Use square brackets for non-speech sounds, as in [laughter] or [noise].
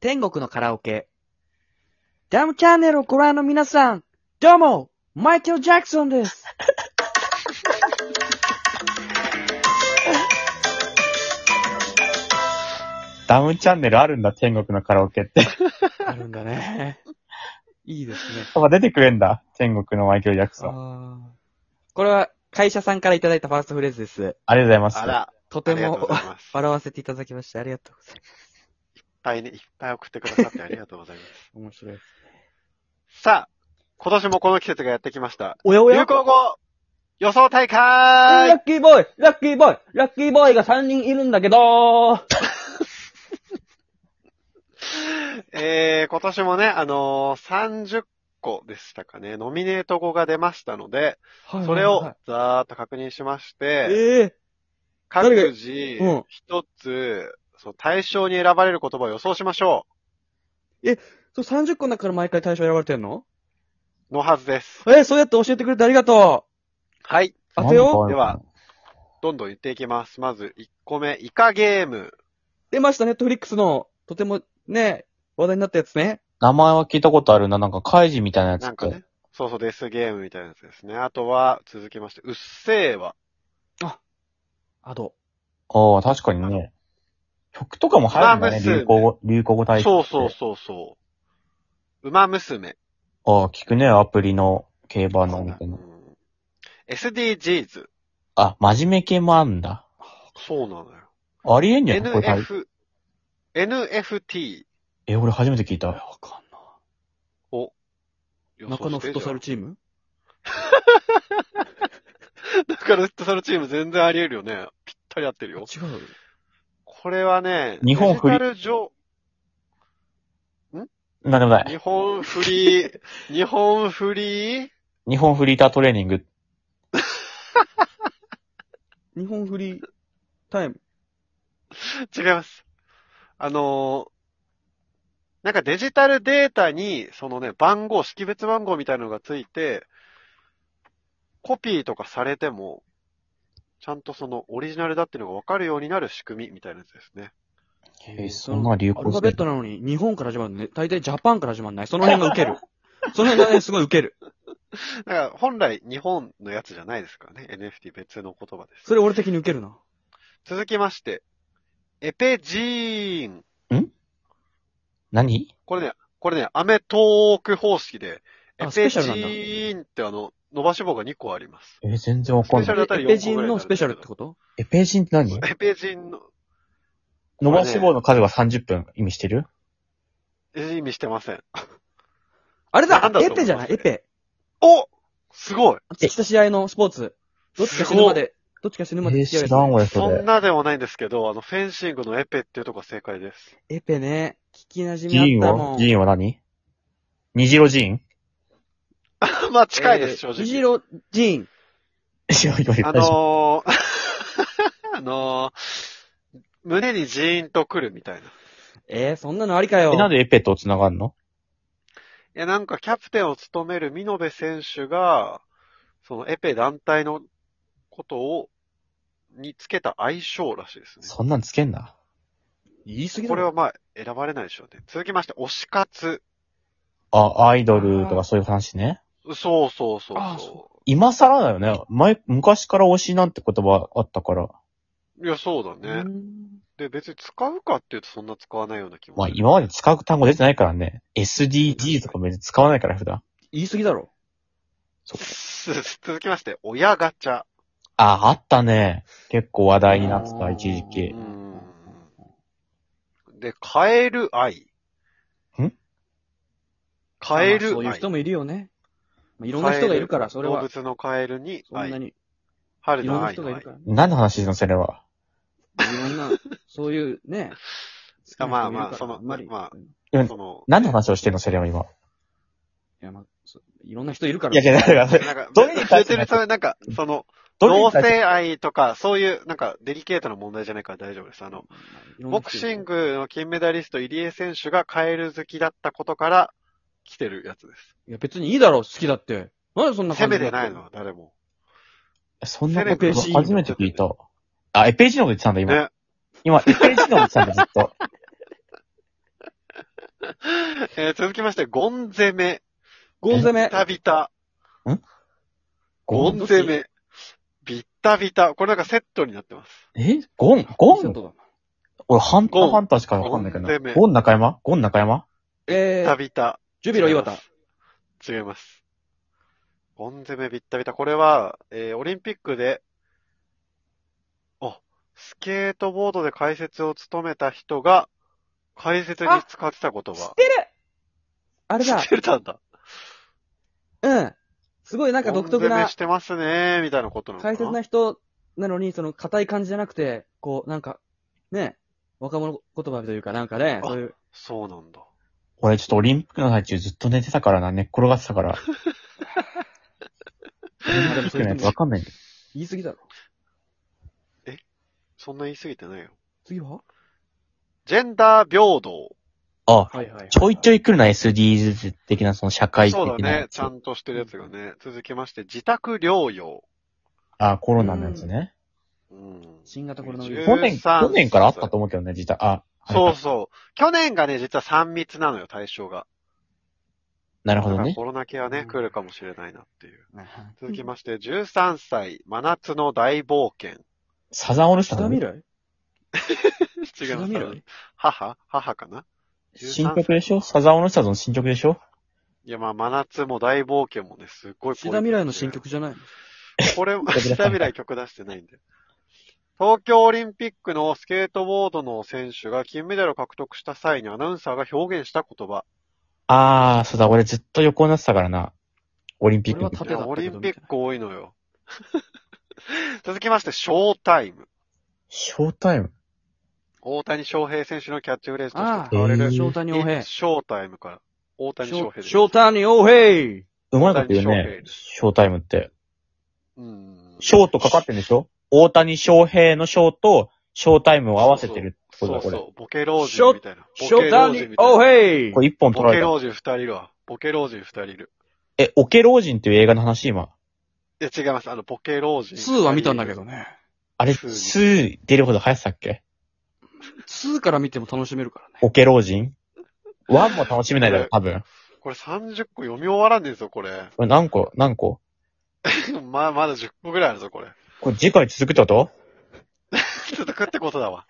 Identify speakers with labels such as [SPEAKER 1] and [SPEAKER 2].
[SPEAKER 1] 天国のカラオケ。ダムチャンネルをご覧の皆さん、どうも、マイケル・ジャクソンです。
[SPEAKER 2] ダウンチャンネルあるんだ、天国のカラオケって。 [laughs]
[SPEAKER 1] あるんだ [laughs] ね。いいですね。
[SPEAKER 2] やっぱ出てくれんだ、天国のマイケル・ジャクソン。
[SPEAKER 1] あーこれは会社さんからいただいたファーストフレーズです。
[SPEAKER 2] ありがとうございます。
[SPEAKER 3] あら、
[SPEAKER 1] と
[SPEAKER 3] あ
[SPEAKER 1] て
[SPEAKER 3] りがとう
[SPEAKER 1] も
[SPEAKER 3] ございます。いっ
[SPEAKER 1] 笑わせていただきましてありがとうございます。
[SPEAKER 3] ぱいね、いっぱい送ってくださってありがとうございま
[SPEAKER 1] 面白い。
[SPEAKER 3] す。 [laughs] さあ、今年もこの季節がやってきました。
[SPEAKER 1] おやお
[SPEAKER 3] 流
[SPEAKER 1] や
[SPEAKER 3] 行語予想
[SPEAKER 1] ラ
[SPEAKER 3] 大会
[SPEAKER 1] ッキーボーイラッキーボーイラッキーボーイが3人いるんだけど
[SPEAKER 3] えー、今年もね、あのー、30個でしたかね、ノミネート語が出ましたので、それをざーっと確認しまして、
[SPEAKER 1] ええ誰が
[SPEAKER 3] 各自
[SPEAKER 1] うん
[SPEAKER 3] 一つ、その対象に選ばれる言葉を予想しましょ
[SPEAKER 1] そう30個の中から毎回対象選ばれてんの
[SPEAKER 3] う。のはずです。
[SPEAKER 1] えー、そうやって教えてくれてありがと
[SPEAKER 3] はい。
[SPEAKER 1] う当てよう
[SPEAKER 2] なん
[SPEAKER 3] では、どんどん言っていきます。まず1個目、イカゲーム。
[SPEAKER 1] 出ました、ネットフリックスの、とてもね、話題になったやつね。
[SPEAKER 2] 名前は聞いたことあるな、なんか、カイジみたいなやつ
[SPEAKER 3] な
[SPEAKER 2] っ
[SPEAKER 3] んか
[SPEAKER 2] て
[SPEAKER 3] ね。。そうそう、デスゲームみたいなやつですね。あとは、続きまして、うっせーわ。
[SPEAKER 1] アド。
[SPEAKER 2] ああ、確かにね。曲とかも入るんだね、
[SPEAKER 3] まあ
[SPEAKER 2] 流行語、流行語大賞
[SPEAKER 3] そ
[SPEAKER 2] っ
[SPEAKER 3] う
[SPEAKER 2] て。
[SPEAKER 3] そうそうそう。馬娘。
[SPEAKER 2] ああ、聞くね、アプリの競馬のみたいな
[SPEAKER 3] う。ん SDGs。
[SPEAKER 2] あ、真面目系もあんだ。
[SPEAKER 3] そうなのよ。
[SPEAKER 2] ありえんじゃん、これ大
[SPEAKER 3] NF、NFT。
[SPEAKER 2] え、俺初めて聞いた。
[SPEAKER 1] わかん
[SPEAKER 3] 予
[SPEAKER 1] 中
[SPEAKER 3] 想
[SPEAKER 1] 野フ
[SPEAKER 3] して
[SPEAKER 1] ットサル
[SPEAKER 3] じ
[SPEAKER 1] チーム
[SPEAKER 3] ゃあ中野フットサルチーム全然あり得るよね。ぴったり合ってるよ。
[SPEAKER 1] 違う。
[SPEAKER 3] これはね、
[SPEAKER 2] 日本フリ
[SPEAKER 3] デジタル上、
[SPEAKER 2] なんでもない。
[SPEAKER 3] 日本フリー、日本フリー
[SPEAKER 2] 日本フリータートレーニング。
[SPEAKER 1] 日本フリータイム。
[SPEAKER 3] 違います。あのーなんかデジタルデータに、そのね、番号、識別番号みたいなのがついて、コピーとかされても、ちゃんとそのオリジナルだっていうのがわかるようになる仕組みみたいなやつですね。
[SPEAKER 2] えーそんな流行
[SPEAKER 1] ア
[SPEAKER 2] 語
[SPEAKER 1] ルファベットなのに、日本から始まるのね。大体ジャパンから始まんない。その辺がウケ
[SPEAKER 3] [laughs]
[SPEAKER 1] る。その辺がね、すごいウケる。
[SPEAKER 3] だから本来日本のやつじゃないですからね。NFT 別の言葉です。
[SPEAKER 1] それ俺的にウケるな。
[SPEAKER 3] 続きまして、エペジーン。
[SPEAKER 2] 何
[SPEAKER 3] これね、これね、アメトーク方式で、エ
[SPEAKER 1] あス
[SPEAKER 3] ペ
[SPEAKER 1] ペ
[SPEAKER 3] ジ
[SPEAKER 1] シャルなんだ
[SPEAKER 3] ーンってあの、伸ばし棒が2個あります。
[SPEAKER 2] えー、全然わかん
[SPEAKER 3] スペシ
[SPEAKER 2] な
[SPEAKER 3] ャ
[SPEAKER 2] い。
[SPEAKER 3] ルあたり
[SPEAKER 1] エ
[SPEAKER 3] 4
[SPEAKER 1] ペジン
[SPEAKER 3] 個ぐらいになるん
[SPEAKER 1] のス
[SPEAKER 3] だけど
[SPEAKER 1] ペシャルってこと
[SPEAKER 2] え、ページンって何
[SPEAKER 3] エペジンの、
[SPEAKER 2] 伸ばし棒の数が30分意味してる
[SPEAKER 3] え意味してません。
[SPEAKER 1] あれだ
[SPEAKER 3] なんだ
[SPEAKER 1] エ
[SPEAKER 3] と思います
[SPEAKER 1] ペじゃないエペ。
[SPEAKER 3] おすごい
[SPEAKER 1] 突き刺し合いのスポーツ。どっちか死ぬまで、どっちか死ぬ
[SPEAKER 2] え
[SPEAKER 1] まで
[SPEAKER 2] ー、
[SPEAKER 1] 付き合うや
[SPEAKER 2] 知
[SPEAKER 1] つ
[SPEAKER 2] らんわよ、そ
[SPEAKER 3] そ
[SPEAKER 2] れ
[SPEAKER 3] ん。なでもないんですけど、あの、フェンシングのエペっていうとこが正解です。 [laughs]
[SPEAKER 1] エペね。聞き馴
[SPEAKER 2] 寺
[SPEAKER 1] 染
[SPEAKER 2] 院
[SPEAKER 1] みあったも
[SPEAKER 2] は
[SPEAKER 1] ん。
[SPEAKER 2] 寺院は何虹色寺院
[SPEAKER 3] まあ、近いです、正
[SPEAKER 1] えー虹
[SPEAKER 3] 直。
[SPEAKER 1] 色ジーン。
[SPEAKER 2] 白いより
[SPEAKER 3] あのー、 [laughs] あのー、胸にジーンとくるみたいな。い
[SPEAKER 1] えー、そんなのありかよ。
[SPEAKER 2] [laughs] え、なんでエペと繋がんの
[SPEAKER 3] や、なんかキャプテンを務める見延選手が、そのエペ団体のことを、につけた愛称らしいですね。
[SPEAKER 2] そんなんつけんな。
[SPEAKER 1] 言い過ぎだ
[SPEAKER 3] これ
[SPEAKER 1] ろ。
[SPEAKER 3] はまあ、選ばれないでしょうね。続きまして、推し活。
[SPEAKER 2] あ、アイドルとかそういう話ね。
[SPEAKER 3] そうそうそう
[SPEAKER 1] あ
[SPEAKER 3] そう
[SPEAKER 1] そ。
[SPEAKER 2] 今更だよね。前、昔から推しなんて言葉あったから。
[SPEAKER 3] いや、そうだね。
[SPEAKER 1] うん
[SPEAKER 3] で、別に使うかっていうとそんな使わないような気も
[SPEAKER 2] ますあ
[SPEAKER 3] る。
[SPEAKER 2] 今まで使う単語出てないからね。SDG とか別に使わないから普段。
[SPEAKER 1] 言い過ぎだろ。
[SPEAKER 3] す続きまして、親ガチャ。
[SPEAKER 2] あ、あったね。結構話題になって
[SPEAKER 1] あ
[SPEAKER 2] た、
[SPEAKER 1] ー
[SPEAKER 2] 一時期
[SPEAKER 3] う。ん。で、カエル愛。
[SPEAKER 2] ん
[SPEAKER 3] カエ
[SPEAKER 1] まあ
[SPEAKER 3] ル
[SPEAKER 1] そういう
[SPEAKER 3] 愛。
[SPEAKER 1] 人もいるよね。まあ、いろんな人がいるから、それ
[SPEAKER 3] 動
[SPEAKER 1] は。
[SPEAKER 3] 物のカエルに
[SPEAKER 1] そんな
[SPEAKER 3] 愛。
[SPEAKER 1] に。い
[SPEAKER 3] 春
[SPEAKER 1] ろん
[SPEAKER 3] の
[SPEAKER 1] な
[SPEAKER 3] 愛
[SPEAKER 1] 人がい
[SPEAKER 3] の
[SPEAKER 1] るか。
[SPEAKER 3] 愛
[SPEAKER 1] らね。
[SPEAKER 2] 何の話ですのそれは。
[SPEAKER 1] いろんな、そういうね。
[SPEAKER 3] [laughs] あまあま
[SPEAKER 1] 好
[SPEAKER 3] あ
[SPEAKER 1] きな人いるから
[SPEAKER 3] その
[SPEAKER 1] んまり
[SPEAKER 3] まあ
[SPEAKER 1] い
[SPEAKER 2] ら
[SPEAKER 3] そ
[SPEAKER 2] [laughs]
[SPEAKER 3] の、
[SPEAKER 2] 何の話をしてんのそれは今。
[SPEAKER 1] や、まあ、そういろんな人いるから。
[SPEAKER 2] いや、いや、だから、
[SPEAKER 3] なんか、
[SPEAKER 2] どれに対して
[SPEAKER 3] 触れてるそういうなんか、その、
[SPEAKER 2] どれ
[SPEAKER 3] 同
[SPEAKER 2] に対して
[SPEAKER 3] 性愛とか、そういう、なんか、デリケートな問題じゃないから大丈夫です。あの、
[SPEAKER 1] まあいろんな人いる
[SPEAKER 3] [laughs] ボクシングの金メダリスト入江選手がカエル好きだったことから来てるやつです。
[SPEAKER 1] いや、別にいいだろ、好きだって。なんでそんな
[SPEAKER 3] 攻
[SPEAKER 1] 感じ
[SPEAKER 3] め
[SPEAKER 1] にな
[SPEAKER 3] て
[SPEAKER 1] って
[SPEAKER 3] ないの、誰も。 [laughs]
[SPEAKER 2] そんなこ
[SPEAKER 3] セレ
[SPEAKER 2] と
[SPEAKER 3] ブシーン
[SPEAKER 2] 初めて聞いた。あ、エページのこと言ってたんだ、今。
[SPEAKER 3] ね。
[SPEAKER 2] 今、エページのこと言ってたんだ、ずっと。
[SPEAKER 3] えー続きまして、ゴン攻め。
[SPEAKER 1] ゴン攻め
[SPEAKER 3] ビ。タビタ。 [laughs] ゴン
[SPEAKER 2] ン
[SPEAKER 3] 攻め。ビッタビタ。これなんかセットになってます。
[SPEAKER 2] えゴンゴン
[SPEAKER 1] ン
[SPEAKER 2] 俺、ハンタ
[SPEAKER 3] ゴン
[SPEAKER 2] ーハンターしかわかんないけど
[SPEAKER 3] ゴ
[SPEAKER 2] な
[SPEAKER 3] ン攻め。
[SPEAKER 2] ゴン中山ゴン中山
[SPEAKER 1] え
[SPEAKER 3] ビッタ
[SPEAKER 1] ー、
[SPEAKER 3] ビタ。
[SPEAKER 1] ジュビロ岩田。
[SPEAKER 3] 違います。ゴン攻めビッタビタ。これは、えーオリンピックで、あ、スケートボードで解説を務めた人が、解説に使ってた言
[SPEAKER 1] 知っ
[SPEAKER 3] 葉。
[SPEAKER 1] てるあれだ
[SPEAKER 3] 知っ、てたんだ。
[SPEAKER 1] うん。すごいなんか独特
[SPEAKER 3] ゴン攻
[SPEAKER 1] な
[SPEAKER 3] めし、てますね、みたいなことなのか
[SPEAKER 1] 解
[SPEAKER 3] な。
[SPEAKER 1] 説な人なのに、その、硬い感じじゃなくて、こう、なんか、ね、若者言葉というか、なんかね、
[SPEAKER 3] あ
[SPEAKER 1] そういう、
[SPEAKER 3] そうなんだ。
[SPEAKER 2] 俺、ちょっとオリンピックの最中ずっと寝てたからな、寝っ転がってた
[SPEAKER 3] [laughs]
[SPEAKER 2] から。オリンピックのやつわかんないんだよ。
[SPEAKER 1] 言い過ぎだろ。
[SPEAKER 3] そんな言い過ぎてないよ。
[SPEAKER 1] 次は
[SPEAKER 3] ジェンダー平等。
[SPEAKER 2] あ、
[SPEAKER 1] はいはい。
[SPEAKER 2] ちょいちょ
[SPEAKER 1] い。
[SPEAKER 2] い来るな、SDGs 的な、その社会的な
[SPEAKER 3] そうだね
[SPEAKER 2] や。つ。
[SPEAKER 3] ちゃんとしてるやつがね。続きまして、自宅療養。
[SPEAKER 2] あ、コロナのやつね。
[SPEAKER 3] うん。
[SPEAKER 1] 新型コロナウイル
[SPEAKER 3] うん
[SPEAKER 1] ス。
[SPEAKER 2] 去年、
[SPEAKER 3] 13
[SPEAKER 2] 去年からあったと思うけどね、自体。あ、あれ
[SPEAKER 3] そう
[SPEAKER 2] か
[SPEAKER 3] そう。去年がね、実は3密なのよ、対象が。
[SPEAKER 2] なる
[SPEAKER 3] だ
[SPEAKER 2] ほ
[SPEAKER 3] か
[SPEAKER 2] ど
[SPEAKER 3] ら
[SPEAKER 2] ね。
[SPEAKER 3] コロナ系は
[SPEAKER 1] う
[SPEAKER 3] ね
[SPEAKER 1] ん、
[SPEAKER 3] 来るかもしれないなっていう。
[SPEAKER 1] あ
[SPEAKER 3] 続きまして、13歳、真夏の大冒険。
[SPEAKER 2] サザンオールスタ
[SPEAKER 1] 下
[SPEAKER 2] ーズ
[SPEAKER 1] 未来
[SPEAKER 3] 違います
[SPEAKER 1] 下未来
[SPEAKER 3] 母母かな
[SPEAKER 2] 新曲でしょサザンオールスターズの新曲でしょ
[SPEAKER 3] いや、まあ、真夏も大冒険もね、すっごい
[SPEAKER 1] 下未来の新。曲じゃない
[SPEAKER 3] これ、
[SPEAKER 2] ださい
[SPEAKER 3] 下未来曲出してないんで。東京オリンピックのスケートボードの選手が金メダルを獲得した際にアナウンサーが表現した言葉。
[SPEAKER 2] あー、そうだ、俺ずっと横になってたからな。オリンピック
[SPEAKER 1] 俺は立
[SPEAKER 2] の
[SPEAKER 1] っ
[SPEAKER 3] い
[SPEAKER 1] てた
[SPEAKER 3] や
[SPEAKER 1] ん
[SPEAKER 3] オ
[SPEAKER 1] だ
[SPEAKER 3] リ
[SPEAKER 1] けど
[SPEAKER 3] ンピック多いのよ。 [laughs] 続きまして、ショータイム。
[SPEAKER 2] ショータイム。
[SPEAKER 3] 大谷翔平選手のキャッチフレーズと
[SPEAKER 1] あ
[SPEAKER 3] し
[SPEAKER 1] あ
[SPEAKER 3] て使われ
[SPEAKER 2] へ
[SPEAKER 3] る
[SPEAKER 2] え、
[SPEAKER 1] 翔谷洋
[SPEAKER 3] It's
[SPEAKER 1] 平。
[SPEAKER 3] ショータイムから。大谷翔平です。
[SPEAKER 1] 翔谷洋平
[SPEAKER 2] うまいこと言うね。ショータイムって。
[SPEAKER 3] うん
[SPEAKER 2] ショーとかかってんでしょ大谷翔平のショーと、ショータイムを合わせてるってこ
[SPEAKER 3] そ
[SPEAKER 2] と
[SPEAKER 3] う
[SPEAKER 2] だ、これ。
[SPEAKER 3] そう、ボケ老人みたいな。ボ
[SPEAKER 1] 翔
[SPEAKER 3] ケ老人
[SPEAKER 1] 谷
[SPEAKER 3] みたい
[SPEAKER 1] 洋
[SPEAKER 3] な。
[SPEAKER 1] 平
[SPEAKER 2] これ一本取
[SPEAKER 3] ボ
[SPEAKER 2] ら
[SPEAKER 3] ケ
[SPEAKER 2] れた。
[SPEAKER 3] 老人二人いるわ。ボケ老人二人いる。
[SPEAKER 2] え、オケ老人っていう映画の話、今。
[SPEAKER 3] いや、違います。あの、ボケ老人。
[SPEAKER 1] 2は見たんだけ。どね。
[SPEAKER 2] あれ、
[SPEAKER 3] 普
[SPEAKER 2] ス
[SPEAKER 3] 通
[SPEAKER 2] ー出るほど流行ってたっけ
[SPEAKER 1] 2から見ても楽しめるからね。
[SPEAKER 2] オケ老人ワンも楽しめないだろ、多分。
[SPEAKER 3] これ30個読み終わらんねえぞ、これ。 [laughs]
[SPEAKER 2] これ何個何個
[SPEAKER 3] まあ、まだ10個ぐらいあるぞ、これ。 [laughs]
[SPEAKER 2] これ次回続くってこと
[SPEAKER 3] ちょっと食ってことだわ。